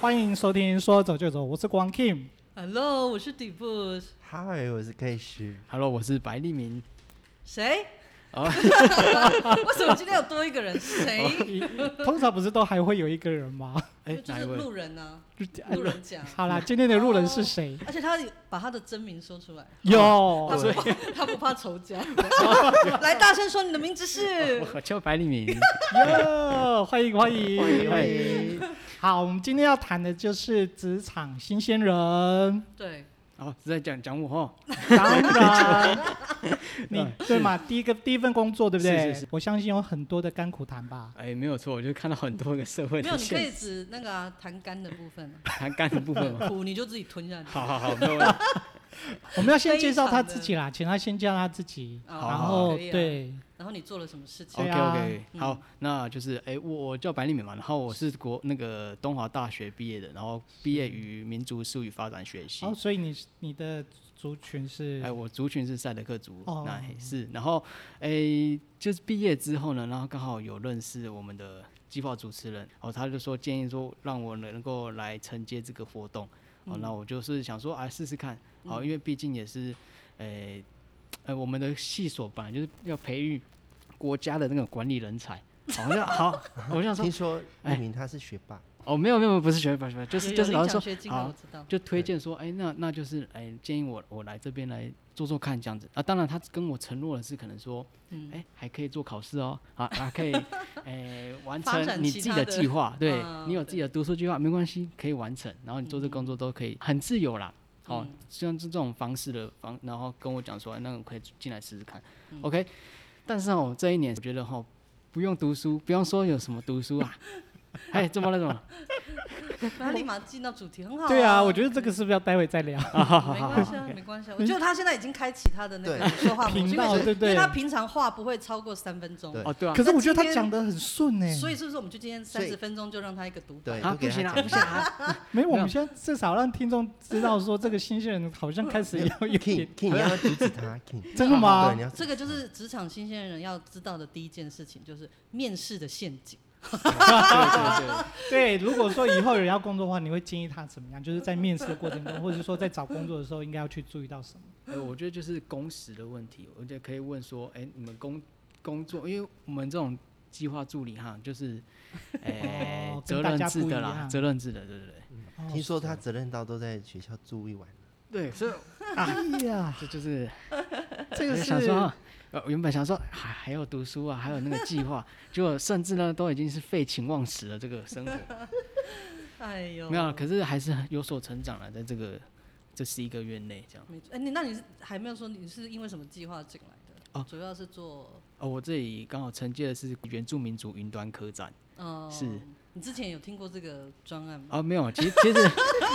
欢迎收听《说走就走》，我是光 Kim。 Hello，我是底部嗨，我是 Cash。 Hello，我是白立 明。谁？哦为什么今天有多一个人？谁？通常不是都还会有一个人 吗？哎、就哪是一位？路人呢、就啊，路人甲。好啦，今天的路人是谁？而且他把他的真名说出来，哦有 啊他不怕 他不怕仇家。 来，大声说你的名字是我叫白立明。有，欢迎欢迎欢迎欢 好，我们今天要谈的就是职场新鲜 人，对，哦，是在讲讲我哈。当 然，你嗯对嘛？第一个第一份工作，对不对？是是我相信有很多的甘苦谈吧。哎、没有错，我就看到很多个社会没有，的你可以现指那个啊弹干的部分啊， 谈干的部分哦嘛。苦你就自己吞下去。好好好，没有问 题。我们要先介绍他自己啦，请他先介绍他自己，哦然后可以啊对，然后你做了什么事情？对 OK 啊 OK，嗯好，那就是哎、我我叫白立明嘛，然后我是国那个东华大学毕业的，然后毕业于民族术语发展学系。哦，所以你你的族群是哎，我族群是赛德克族，哦那嘿是，然后哎、就是毕业之后呢，然后刚好有认识我们的计划主持人，哦，他就说建议说让我能够来承接这个活动，哦，那我就是想说啊试试看，好、因为毕竟也是，哎、呃，我们的系所本来就是要培育国家的那个管理人才，好、像好，我想说听说哎一鸣他是学霸，哦，没有没有不是学霸学霸，就是有就是有老领师奖说学金好啊，我知道。就推荐说，哎、那那就是哎、建议我我来这边来做做看这样子啊。当然，他跟我承诺的是可能说，嗯哎、还可以做考试哦，啊，还可以哎、完发展成你其自己他的的计划，对、嗯你有自己的读书计划没关系，可以完成。然后你做这工作都可以很自由啦。好、嗯像这种方式的方，然后跟我讲说，哎那我可以进来试试看、OK。但是哦，这一年我觉得哈、不用读书，不用说有什么读书 啊。哎，怎么了怎么了？他立马进到主题，很好。对啊，我觉得得这个是不是要待会再聊？ 没关系啊，没关系啊。我觉得他现在已经开启他的那个说话模式，频因道为对不对因为他平常话不会超过三分钟。对哦， 对啊，可是我觉得那今他天讲的很顺呢、所以是不是我们就今天所三以十分钟就让他一个独白？对，啊都给不行他啊讲不行啊，没有，我没们有现在至少让听众知道说这个新鲜人好像开 始要有 King 点 King，你要阻止他 King。啊真的对，吗你？要这个就是职场新鲜人要知道的第一件事情，就是面试的陷阱。对对对。对，如果说以后有人要工作的话，你会建议他怎么样？就是在面试的过程 中，或者说在找工作的时候，应该要去注意到什么？哎、我觉得就是工时的问题，我觉得可以问说，哎、你们工工作，因为我们这种计划助理哈，就是，哎、哦跟责大任家制不一的啦，样责任制的，对对对，哦听说他责任到都在学校住一晚，对，所以哎呀，这就是这个我就是想说啊，呃，我原本想说还还有读书啊，还有那个计划，结果甚至呢都已经是废寝忘食了，这个 生活哎呦，没有啊，可是还是有所成长了，在这个这十一个月内这样。没错。哎，你那你是还没有说你是因为什么计划进来的？哦主要是做哦，我这里刚好承接的是原住民族云端科展。呃，是。你之前有听过这个专案吗？哦，没有，其实 其实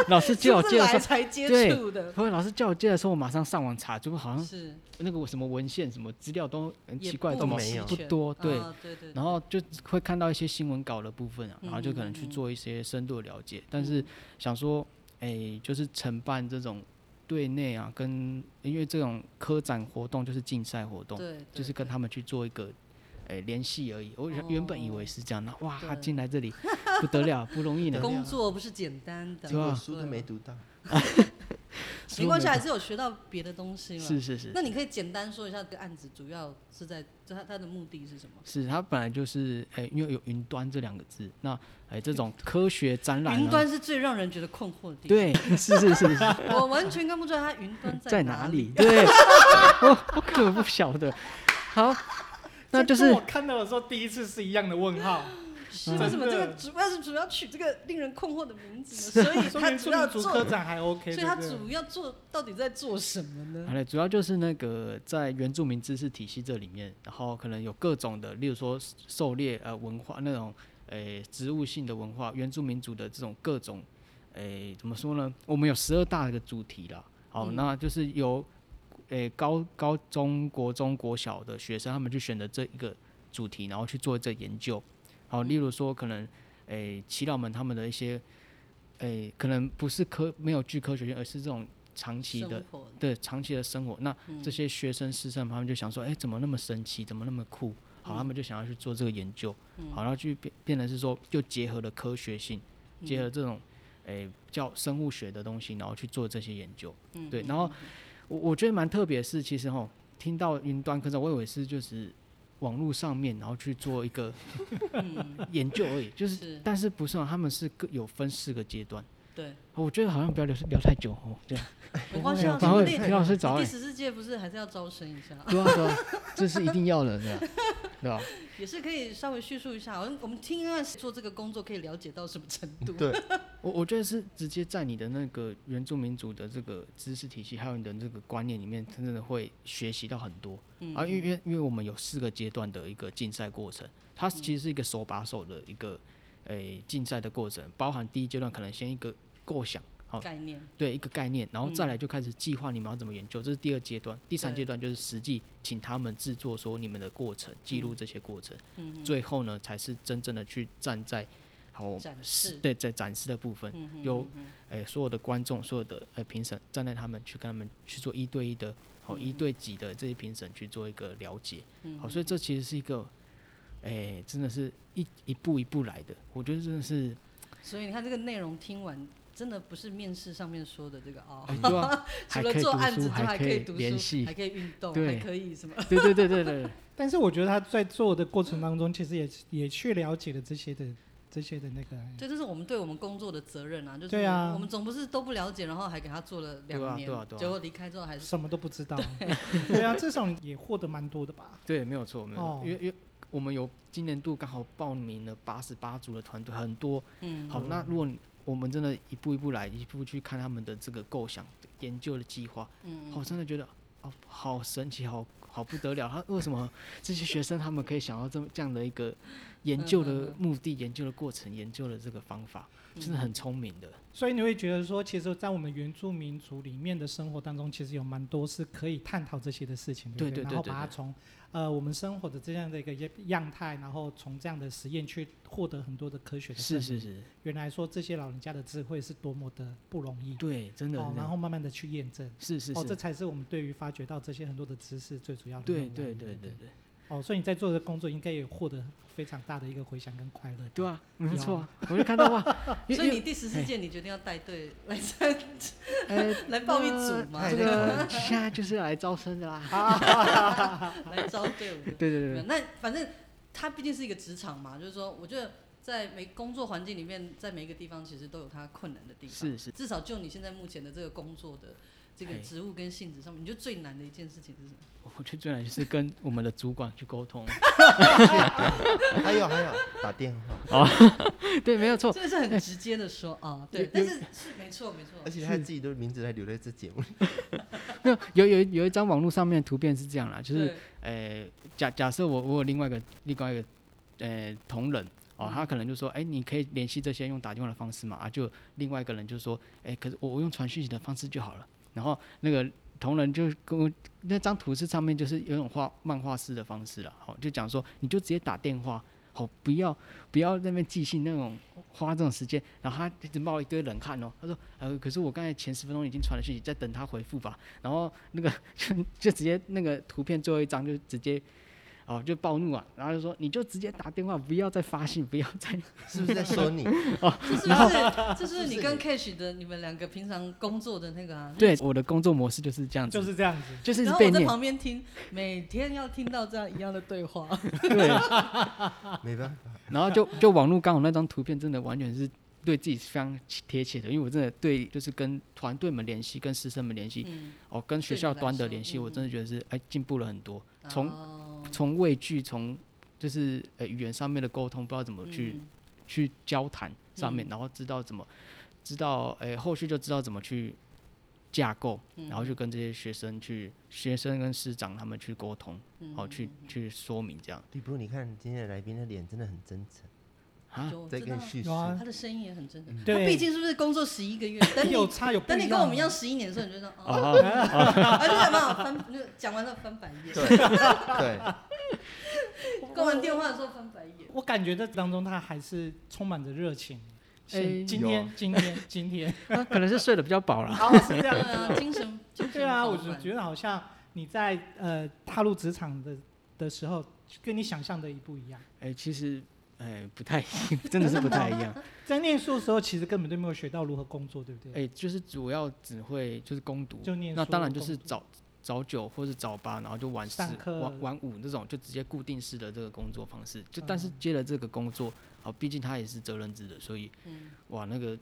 老师哦叫我是介绍来才接对触的，不是老师叫我接的时候，我马上上网查，就好像是那个什么文献、什么资料都很也奇怪，不怎么没有不齐全多？对，啊对对。然后就会看到一些新闻稿的部分啊，然后就可能嗯去嗯嗯做一些深度的了解。但是想说，哎，就是承办这种对内啊，跟因为这种科展活动就是竞赛活动，对，哦就是对跟他们去做一个。哎，联系而已。我原原本以为是这样的，哇，他对进来这 里不得了，不容易呢。工作不是简单的，结果对啊书都没读到。没关系，啊还是有学到别的东西嘛。是是是。那你可以简单说一下这个案子主要是在就它它的目的是什么？是，它本来就是，哎、因为有“云端”这两个字，那哎、这种科学展览呢，啊云端是最让人觉得困惑的地方。对，是是是是，我完全看不出来它云端在哪哪 里？对，我我可不晓得。 好，那 就这是跟我看到的时候第一次是一样的问号，是嗯为什么这真个的主要是主要取这个令人困惑的名字呢？所以 说它明主说明要主做，科所长还 OK，以对它不对主要做到底在做什么好呢？嘞，主要就是那个在原住民知识体系这里面，然后可能有各种的，例如说狩猎呃文化那种，诶、植物性的文化，原住民族的这种各种，诶、怎么说呢？我们有十二大的主题啦。好，嗯那就是由诶、高高中国中国小的学生他们去选择这一个主题，然后去做这研究。好，嗯例如说可能诶、祈祷们他们的一些。诶、可能不是科没有具科学性，而是这种长期的生活对长期的生活。那这些学生师生他们就想说，哎、怎么那么神奇，怎么那么酷？好，他们就想要去嗯做这个研究，好，然后去变变成是说，又结合了科学性，结合这种，诶、叫生物学的东西，然后去做这些研究。嗯对，然后我我觉得蛮特别的是，其实哈，听到云端科长，我以为是就是网络上面，然后去做一个嗯研究而已，就是，是但是不是啊？他们是各有分四个阶段。对，我觉得好像不要聊聊太久哦，这样。我发现反而第 田老师早第哎，十四届不是还是要招生一下，对啊对啊，这是一定要的，这样，对啊吧？也是可以稍微叙述一下，我们我们听啊做这个工作可以了解到什么程度？对，我我觉得是直接在你的那个原住民族的这个知识体系，还有你的这个观念里面，真的会学习到很多。啊，因为因为因为我们有四个阶段的一个竞赛过程，它其实是一个手把手的一个诶竞赛的过程，包含第一阶段可能先一个构想，好、概念，对一个概念，然后嗯再来就开始计划你们要怎么研究，这是第二阶段。第三阶段就是实际请他们制作说你们的过程，记嗯录这些过程。最后呢，才是真正的去站在好展是示嗯对在展示的部分，由诶、所有的观众、所有的诶评审站在他们去跟他们去做一对一的，嗯好、一对几的这些评审去做一个了解。好，所以这其实是一个。诶，真的是一一步一步来的，我觉得真的是，所以你看这个内容听完，真的不是面试上面说的这个哦，哎对啊除还了可以做读案书子之后还还可可以以读联书，系还可以运动，还对可以什么？对对对对对对，但是我觉得他在做的过程当中，其实也也去了解了这些的这些的那个，对，这是我们对我们工作的责任啊，就是对啊我们总不是都不了解，然后还给他做了对两啊年，对啊对啊结果离开之后还是什么都不知道。 对啊，至少你也获得蛮多的吧？对，没有错，没有错，哦因为因为我们有今年度刚好报名了八十八组的团队，很多。嗯，好，那如果你我们真的一步一步来，一步步去看他们的这个构想、研究的计划，嗯我真的觉得哦，好神奇，好好不得了。他为什么这些学生他们可以想到这么这样的一个研嗯究嗯，的目的、研究的过程、研究的这个方法，真的很聪明的。所以你会觉得说，其实，在我们原住民族里面的生活当中，其实有蛮多是可以探讨这些的事情，不对对对然后对把它从呃我们生活的这样的一个样样态，然后从这样的实验去获得很多的科学的证是明。是是，原来说这些老人家的智慧是多么的不容易，对，真的。哦真，的然后慢慢的去验证。是是哦，这是，才是我们对于发掘到这些很多的知识最主要的对用意对对对对，哦，所以你在做的工作应该也获得非常大的一个回响跟快乐。对啊，没有错啊，我就看到哇因为所以因为你第十四届你决定要带队来参呃，来报一组嘛，太这累了个现在就是来招生 的啦。来招队伍的对。对对对对，那反正它毕竟是一个职场嘛，就是说，我觉得在每工作环境里面，在每一个地方其实都有它困难的地方。是是至少就你现在目前的这个工作的这个哎职务跟性质上面，你觉得最难的一件事情是什么？我觉得最难就是跟我们的主管去沟通。还有还有，哎打电话， 对，没有错。这个是很直接的 说啊，对，但是是没错没错，而且他自己的名字还留在这节目里。没有有有有一张网络上面的图片是这样啦，就是对呃，假假设我我有另外一个另外一个呃同仁哦，他可能就说，哎、你可以联系这些用打电话的方式嘛，啊，就另外一个人就说，哎、可是我我用传讯息的方式就好了。然后那个同仁就跟我那张图是上面就是有一种画漫画式的方式了，好、就讲说你就直接打电话，好、不要不要在那边寄信那种花这种时间，然后他一直冒一堆冷汗哦，他说，呃，可是我刚才前十分钟已经传了讯息，在等他回复吧，然后那个就就直接那个图片最后一张就直接。哦，就暴怒啊！然后就说你就直接打电话，不要再发信，不要 再是不是在说你？这是不是这是你跟 Cash 的你们两个平常工作的那个啊？对我的工作模式就是这样子，就是这样子。就是一直然后被我在念，旁边听，每天要听到这样一样的对话，对，没办法，然后就就网络刚好那张图片真的完全是对自己是非常贴切的，因为我真的对就是跟团队们联系、跟师生们联系，嗯，哦，跟学对你校来端的说联系，我嗯真的觉得是哎进步了很多，从哦从畏惧，从就是呃语言上面的沟通，不知道怎么去、嗯去交谈上面，嗯然后知道怎么知道，诶、后续就知道怎么去架构，然后就跟这些学生去学生跟师长他们去沟通，好、去去说明这样吕布，你看今天的来宾的脸真的很真诚，啊，嗯就在知道跟你叙有啊述。他的声音也很真嗯诚。他对毕竟是不是工作十一个 月？等有你差有不等你跟我们一样啊样十一年的时候，你就说啊哦，啊 而且没有翻，就讲完之后翻白眼， 对对，挂完电话的时候翻白眼。我感觉这当中他还是充满着热情。哎是今有天，今天， 今天，啊可能是睡得比较饱 了。哦，是这对样啊，子。精 神精神对啊，饱我满就觉得好像你在呃踏入职场的的时候，跟你想象的一不一样。哎、其实，哎、哎，不太 一，真的是不太一 样。在念书的时候，其实根本就没有学到如何工作，对不对？哎，就是主要只会就是攻读，就念那书当然就是工作早早九或是早八，然后就晚十上课晚晚五这种，就直接固定式的这个工作方式。就但嗯是接了这个工作，啊，毕竟他也是责任制的，所以嗯，哇，那个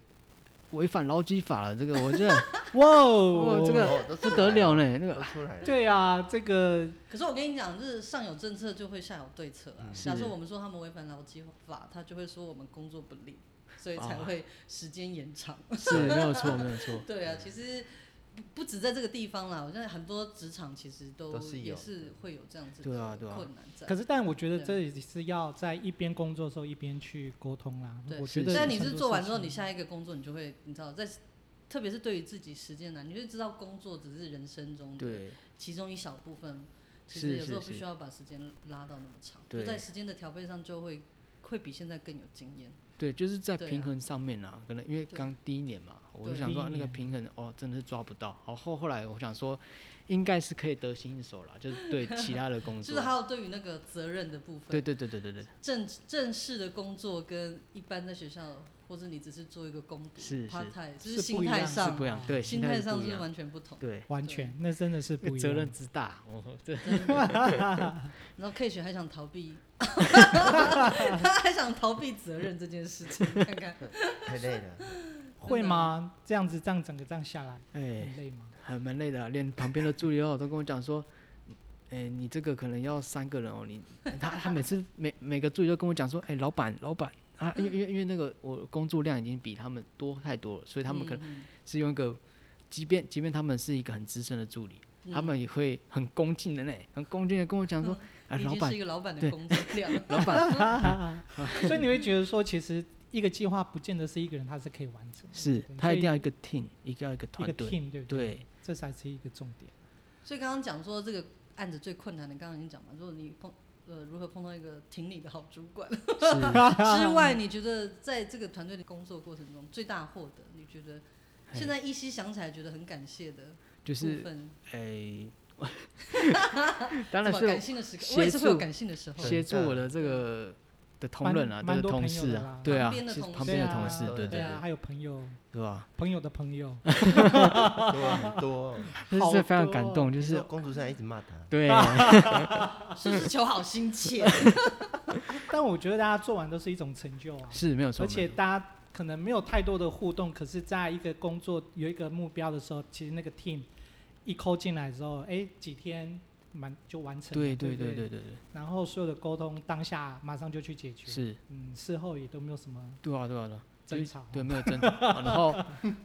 违反劳基法了，这个我觉得哇哇哦，这个哦都不出得来了呢，那 个都出来了。对啊，这个可是我跟你讲，就是上有政策就会下有对策啊。是假设我们说他们违反劳基法，他就会说我们工作不力，所以才哦啊会时间延长。是没有错，没有错。对啊，其实不不止在这个地方啦，我现在很多职场其实都都是有也是会有这样子对啊的对啊困难在。可是，但我觉得对这也是要在一边工作的时候一边去沟通啦对。我觉得是很但你是多做完事之后，你情下一个工作你就会，你知道，在特别是对于自己时间难，你就知道工作只是人生中的对，其中一小部分。其是实有时候是不是需要把时间拉到那么长，对就在时间的调配上就会会比现在更有经验。对，就是在对啊平衡上面啊，可能因为对刚第一年嘛，我就对想第一说那个年平衡哦，真的是抓不到。好后后来我想说，应该是可以得心应手啦，就是对其他的工就是，作还有对于那个责任的部分，对对对对对对，正正式的工作跟一般在学校或者你只是做一个攻读是是 part time，就是是不心一态样是是上不一样，对，心心态态上不一是样，完全不同。对，完全那真的是那不个一责样。任之大，哦，对，然后 K 选还想逃 避，他还想逃避责任这件事情，看看太累了，会吗？嗯这样子这样整个这样下来哎很，累吗？ 还蛮累的啊，连旁边的助理哦都跟我讲说。哎，你这个可能要三个人哦。你他他每次每每个助理都跟我讲说，哎，老板老板啊，因为因为因为那个我工作量已经比他们多太多了，所以他们可能。嗯是用一个，即便即便他们是一个很资深的助理，嗯他们也会很恭敬的呢，很恭敬的跟我讲说，啊，嗯已老经板是一个老板的对工作量， 老板所以你会觉得说，其实一个计划不见得是一个人他是可以完成的，是对他一定所要一个 team，一个要一个以一团个队， team 对不对？对，这才是一个重点。所以刚刚讲说这个案子最困难的，刚刚已经讲嘛，如果你碰呃如何碰到一个挺你的好主 管是之外，你觉得在这个团队的工作过程中最大获得，你觉得现在依稀想起来觉得很感谢的就部是分， 哎，当然什么感是性的时刻，协我也是会有助感性的时候。协助我的这个的同仁啊，蛮这蛮个多同朋友事的啊啦，对啊，旁边的是同 旁事边的对同啊事，对对啊，对，还有朋友，对吧？朋友的朋友， 多很多。就是好这非常多感哦动，就就是是公主上一直骂他， 对，是不是求好心 切？但我觉得大家做完都是一种成就啊，是没有错，而没且有错大家可能没有太多的互动，可是在一个工作有一个目标的时候，其实那个 team 一抠进来之后，哎，几天满就完成了。对对对对不对对对，然后所有的沟通当下马上就去解决，是，嗯，事后也都没有什么对啊对啊对啊。争吵。对，没有 争吵，啊然后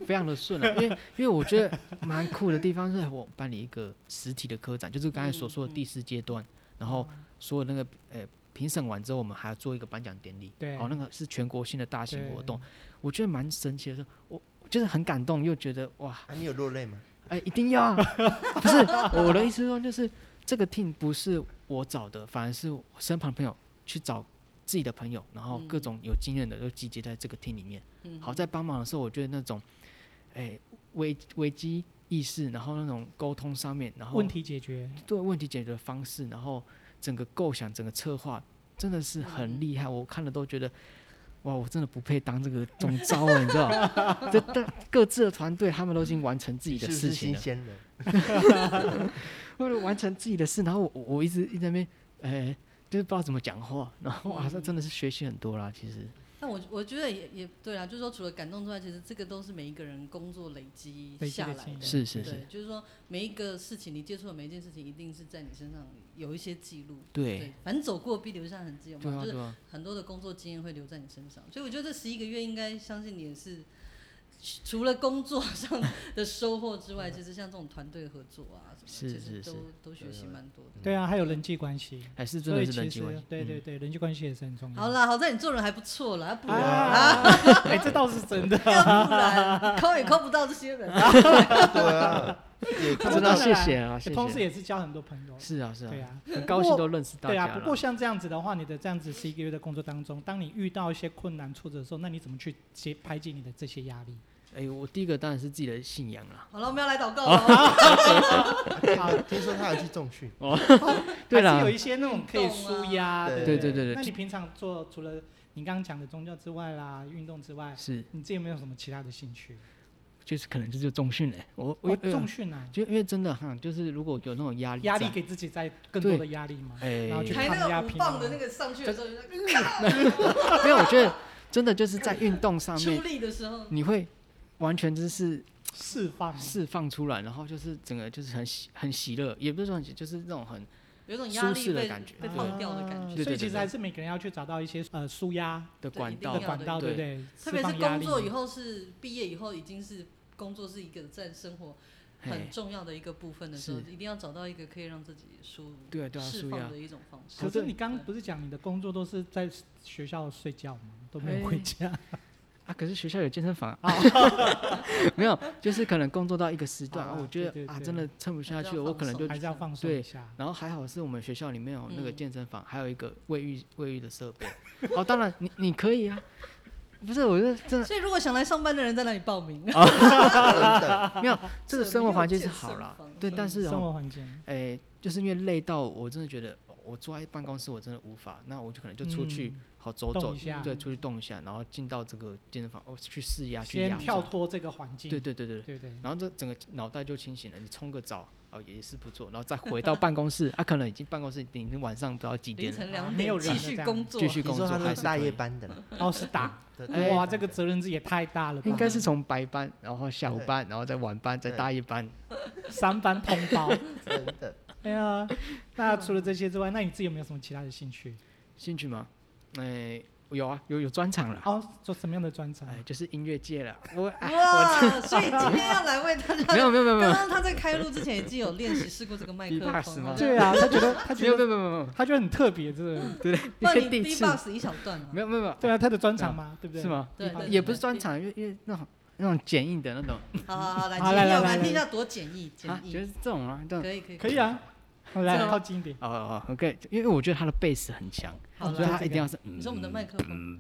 非常的顺啊，因为因为我觉得蛮酷的地方是我办理一个实体的科展，就是刚才所说的第四阶段，然后所有那个呃评审完之后，我们还要做一个颁奖典礼，对哦，那个是全国性的大型对活动，我觉得蛮神奇的是，我就是很感动，又觉得哇，啊，你有落泪吗？哎，一定要啊， 不是我的意思说就是这个 team 不是我找的，反而是我身旁朋友去找。自己的朋友，然后嗯各种有经验的都集结在这个 team 里面，嗯好，在帮忙的时候，我觉得那种，哎、危危机意识，然后那种沟通上面，然后问题解决，对问题解决的方式，然后整个构想、整个策划，真的是很厉嗯害。我看了都觉得，哇，我真的不配当这个总招啊，你知道吗？ 这但各自的团队，他们都已经完成自己是的不事是情啊新了，鲜人？为了完成自己的事，然后我我我一直一直在那边，哎、就是不知道怎么讲话，然后哇，嗯这真的是学习很多啦，其实但我我觉得也也对啊，就是说除了感动之外，其实这个都是每一个人工作累积累积下的来经验的。是是是对，，就是说每一个事情，你接触的每一件事情，一定是在你身上有一些记录。对对，反正走过必留下痕迹，有没对有？啊就是对啊，很多的工作经验会留在你身上，所以我觉得这十一个月应该相信你也是，除了工作上的收获之外，其实像这种团队合作啊什么的，是其实是都是都学习蛮多的。对啊，还有人际关系，还是真所的以是人其际关实系，嗯对对对，人际关系也是很重啊要。好，啦，好在你做人还不错啦，要不啊然、， 哎，这倒是真 的，要不然抠也抠不到这些人、啊。对啊，也不看知不道当到谢然谢啊，谢哎同时谢。也是交很多朋友。是啊是啊对，啊，很高兴都认识大对家啊。了。不过像这样子的话，你的这样子十一个月的工作当中，当你遇到一些困难挫折的时候，那你怎么去解排解你的这些压力？哎、我第一个当然是自己的信仰啊啦。好了，我们要来祷告了。啊听说他有去重训，对还啦是有，一些那种可以运动啊舒压的。对对对对那对，你平常做除了你刚刚讲的宗教之外啦，运动之外，是，你自己有没有什么其他的兴趣？就是可能就是重训嘞、我我我哦呃哦重训啊，就因为真的哈、就是如果有那种压力压力在，给自己再更多的压力嘛。哎、然后去抬抗那压个五平磅衡的那个上去的时候，就在没有，我觉得真的就是在运动上出面，力的时候，你会完全就是释放释放出来，然后就是整个就是很喜很喜乐，也不是说很喜，就是那种很有一种压舒力适的被感觉嗯啊被对放掉的感觉。对嗯所以对其对实对还是每个人要去找到一些呃舒压的对管一定道的要管道，对啊不对？特别释是放压工力作以后是毕业以后已经是工作是一个占生活很嘿重要的一个部分的时候，是一定要找到一个可以让自己舒对啊对啊释舒压放的一种方式。可是对你刚刚不是讲你的工作都是在学校睡觉吗？都没有哎回家。啊，可是学校有健身房啊， 没有，就是可能工作到一个时段，啊啊我觉得对对啊，对真的撑不下还是去，要了，我放可能就松还是要放松一对下。然后还好是我们学校里面有那个嗯健身房，还有一个卫浴卫浴的设备。哦，当然你你可以啊，不是，我是真的所以如果想来上班的人在哪里报名？没有，这怎个生活么环又境是健好身啦房，对，但嗯是生哦，活环境哎，就是因为累到我真的觉得哦我坐在办公室我真的无法，那我就可能就出去嗯好走动走一下，对，出去动一下，然后进到这个健身房哦去试压去先压，跳脱这个环境，对对对对。对对。然后这整个脑袋就清醒了，你冲个澡哦也是不错，然后再回到办公室，啊， 可能已经办公室已经晚上不知道几凌点了，啊晨两没有点人继了续这样工作继，续你工作说他还都是是大可夜以班的了，哦，是打，对 哎哇，这个责任制也太大了吧，应该是从白班，然后下午对班，然后再晚班，再对大夜班。三班通包。真的。哎呀，那除了这些之外，那你自己有没有什么其他的兴趣？兴趣吗？哎、有啊，有有专场了，哦，做什么样的专场哎、？就是音乐界了。我哎哇！所以今天要来为大家 没有没有没有没刚有刚他在开录之前已经有练习试过这个麦 克 B-box 风吗了，对啊，他觉得他没觉有没得有没有没有他觉得很特别，这个人不然你你是第一 D 次 box 一小段嘛没，有没有没有，对啊，他的专场嘛，对不对？嗯是？吗？对，对也不是对专场，因为因为那种那种简易的那种好好好，来，好今来天来我来们来听一来下多简易，简啊，就易，是这种啊，这种。可以可以可以啊，好来真的吗靠近一点。哦哦哦，OK，因为我觉得他的贝斯很强，好所以了他一定要是，你嗯说我们的麦克风，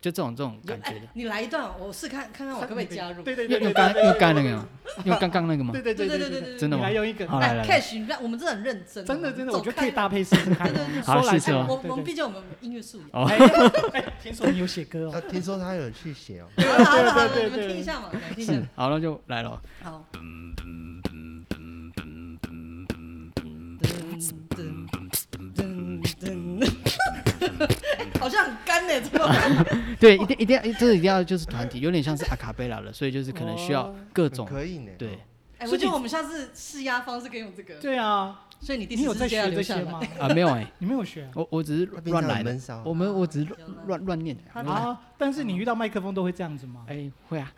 就这种这种感觉哎 的。你来一段，我试看看看我可不可以加入。对对对用对用对刚对用刚那个吗？用刚刚那个吗？对对对对对对对，对真的你吗来？用一个，好来来来， ，Cash，你让我们真的很认真哦，真的真的，我走觉得可以开搭配试试看 对对对。好说来试试看哦我对对我们毕竟我们音乐素养，哦，哎 哎，听说你有写歌他哦，听说他有去写哦，好了好了好对对了，你们对嗯听一下嘛，来听一下是，，嗯好，那就来了。好。 好像很干呢，怎么办？ 对，一定一定要，这一定要就是团体，有点像是阿卡贝拉了，所以就是可能需要各种可以呢。对，哎，我觉得我们下次试压方式可以用这个。对啊，所以你第你十有次在就要学这留下些来 吗？？ 哦啊，没有哎，你没有学啊我我只是他平乱常来很的，闷骚，我们我只是有吗乱乱念的。他乱啊！但是你遇到麦克风都会这样子吗？哎，会啊。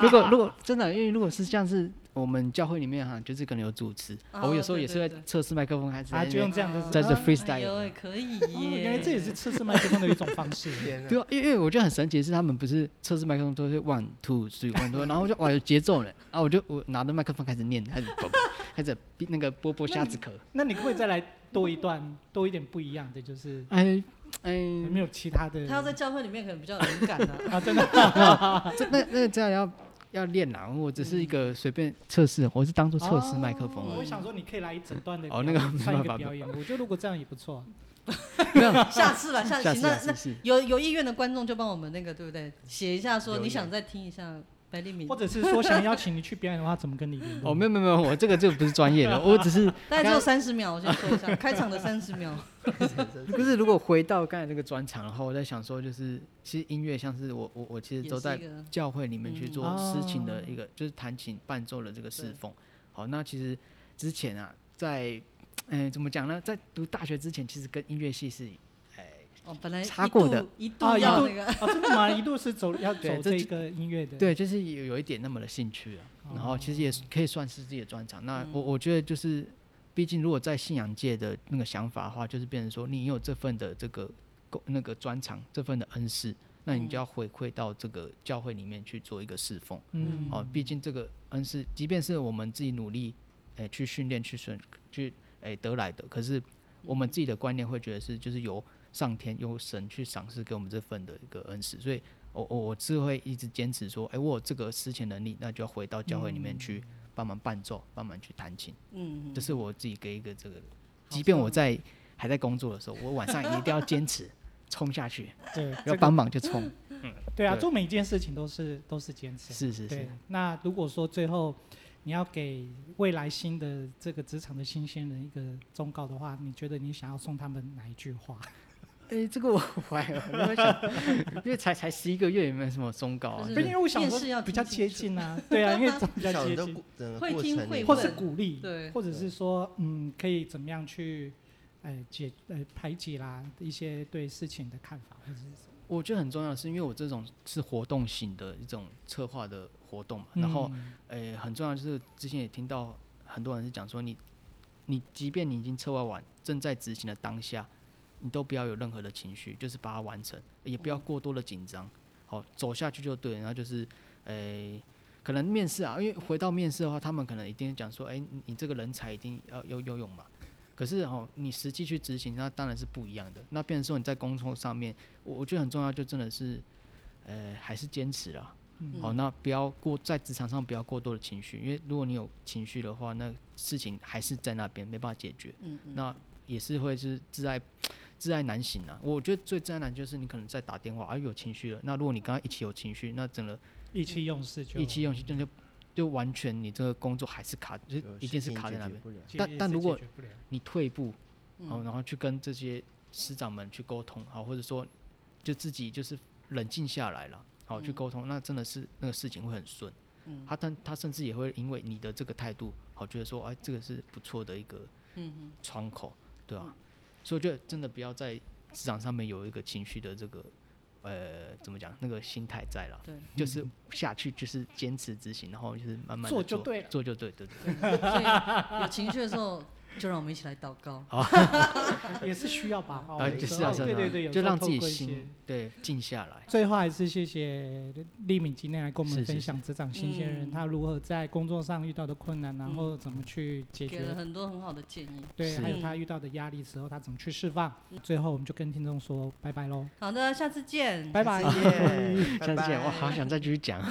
如果如果真的，因为如果是像是我们教会里面哈，就是可能有主持，哦我有时候对也是对在对测试麦克风，还是在啊，那就边用这样子，在这啊哎呦 freestyle。哎，可以哦耶！原来这也是测试麦克风的一种方 式。天哪对啊，因为因为我觉得很神奇的是，他们不是测试麦克风都是 one two three one two，然后我就哇有节奏了，然后我就我拿着麦克风开始念，开 始开始那个波波虾子壳，那你可不可以再来多一段，多一点不一样的？就是哎哎，有没有其他的？他要在教会里面可能比较有灵感 啊。啊，真的这那那这样要要练啦，我只是一个随便测试，我是当做测试麦克风哦而我已。想说，你可以来一整段的哦那个没算一办个法表演。我觉得如果这样也不 错。没有，下次了，下下次次那下次那是有有意愿的观众就帮我们那个对不对？写一下说留你言想再听一下白丽敏或，者是说想邀请你去表演的话，怎么跟你联络？哦，没有没有没有，我这个就不是专 业的，我只是大概只有三十秒，我先说一下开场的三十 秒。不是如果回到刚才那个专场，然后我在想说，就是其实音乐像是我我我其实也都是在一个教会里面去嗯做哦诗情的一个，就是弹琴伴奏的这个侍对奉。好，那其实之前啊，在嗯、怎么讲呢，在读大学之前，其实跟音乐系是哎哦，本来插一过度的一度啊，一要度那个，啊，真的吗？一度是走要走对这这个音乐的。对，就是有有一点那么的兴趣啊。然后其实也是可以算是自己的专长。那我我觉得就是，毕竟如果在信仰界的那个想法的话，就是变成说你有这份的这个够那个专长，这份的恩师，那你就要回馈到这个教会里面去做一个侍奉。嗯，哦，毕竟这个恩师，即便是我们自己努力，诶、去训练去训去诶、得来的，可是我们自己的观念会觉得是就是由上天由神去赏赐给我们这份的一个恩师，所以我我我是会一直坚持说，诶、我有这个施钱能力，那就要回到教会里面嗯去帮忙伴奏，帮忙去弹琴，嗯，这是我自己给一个这个，好即便棒我在还在工作的时候，我晚上一定要坚持冲 下去，对，这要个帮忙就冲。 对啊，对做每一件事情都是都是坚持。是是对是，，那如果说最后你要给未来新的这个职场的新鲜人一个忠告的话，你觉得你想要送他们哪一句话？嗯哎，这个我我还没有想，因为才才十一个月，也没有什么忠告啊就。是不是因为我想面试要说比较听接清近啊，对啊，因为比至较少接你的近，过整个会过听程会你或会是问鼓励，对或者是说嗯，可以怎么样去，呃解呃排解啦一些对事情的看法，或者是什么我觉得很重要的是，因为我这种是活动型的一种策划的活动嘛，然后嗯呃，很重要就是之前也听到很多人是讲说你，你即便你已经策划完，正在执行的当下，你都不要有任何的情绪，就是把它完成，也不要过多的紧张，好走下去就对了。然后就是，呃，可能面试啊，因为回到面试的话，他们可能一定讲说，哎、你你这个人才一定要要要用嘛。可是哦，你实际去执行，那当然是不一样的。那变成说你在工作上面，我我觉得很重要，就真的是，呃，还是坚持啦。嗯好，那不要过在职场上不要过多的情绪，因为如果你有情绪的话，那事情还是在那边没办法解决，嗯嗯，那也是会是自爱自爱难行啊。我觉得最自爱难就是你可能在打电话，啊有情绪了，那如果你刚刚一起有情绪，那整个意气用事就意气用事，真的就完全你这个工作还是卡，就是有一事定是情卡在解那决边。不了解但也但是如解果决不了你退步，嗯哦，然后去跟这些师长们去沟通，好，或者说就自己就是冷静下来了，好去沟通，那真的是那个事情会很顺。嗯他但他甚至也会因为你的这个态度，好觉得说，哎，这个是不错的一个嗯窗口，对吧、嗯所以我觉得真的不要在职场上面有一个情绪的这个。呃，怎么讲？那个心态在了，对，嗯就是下去，就是坚持执行，然后就是慢慢地做做就对了做就对，对对对。所以有情绪的时候，就让我们一起来祷告。也是需要把握啊，的就，是啊，是啊哦对是啊对对，有就时候让自透己过一些心对静下来。最后还是谢谢丽敏今天来跟我们是是分享职场新鲜人嗯他如何在工作上遇到的困难，然嗯后怎么去解给了决，很多很好的建议。对，是还有他遇到的压力时候他怎么去释放。最后我们就跟听众说拜拜喽，好的，下次见。拜拜。再见下次见，拜我好拜想再继续讲。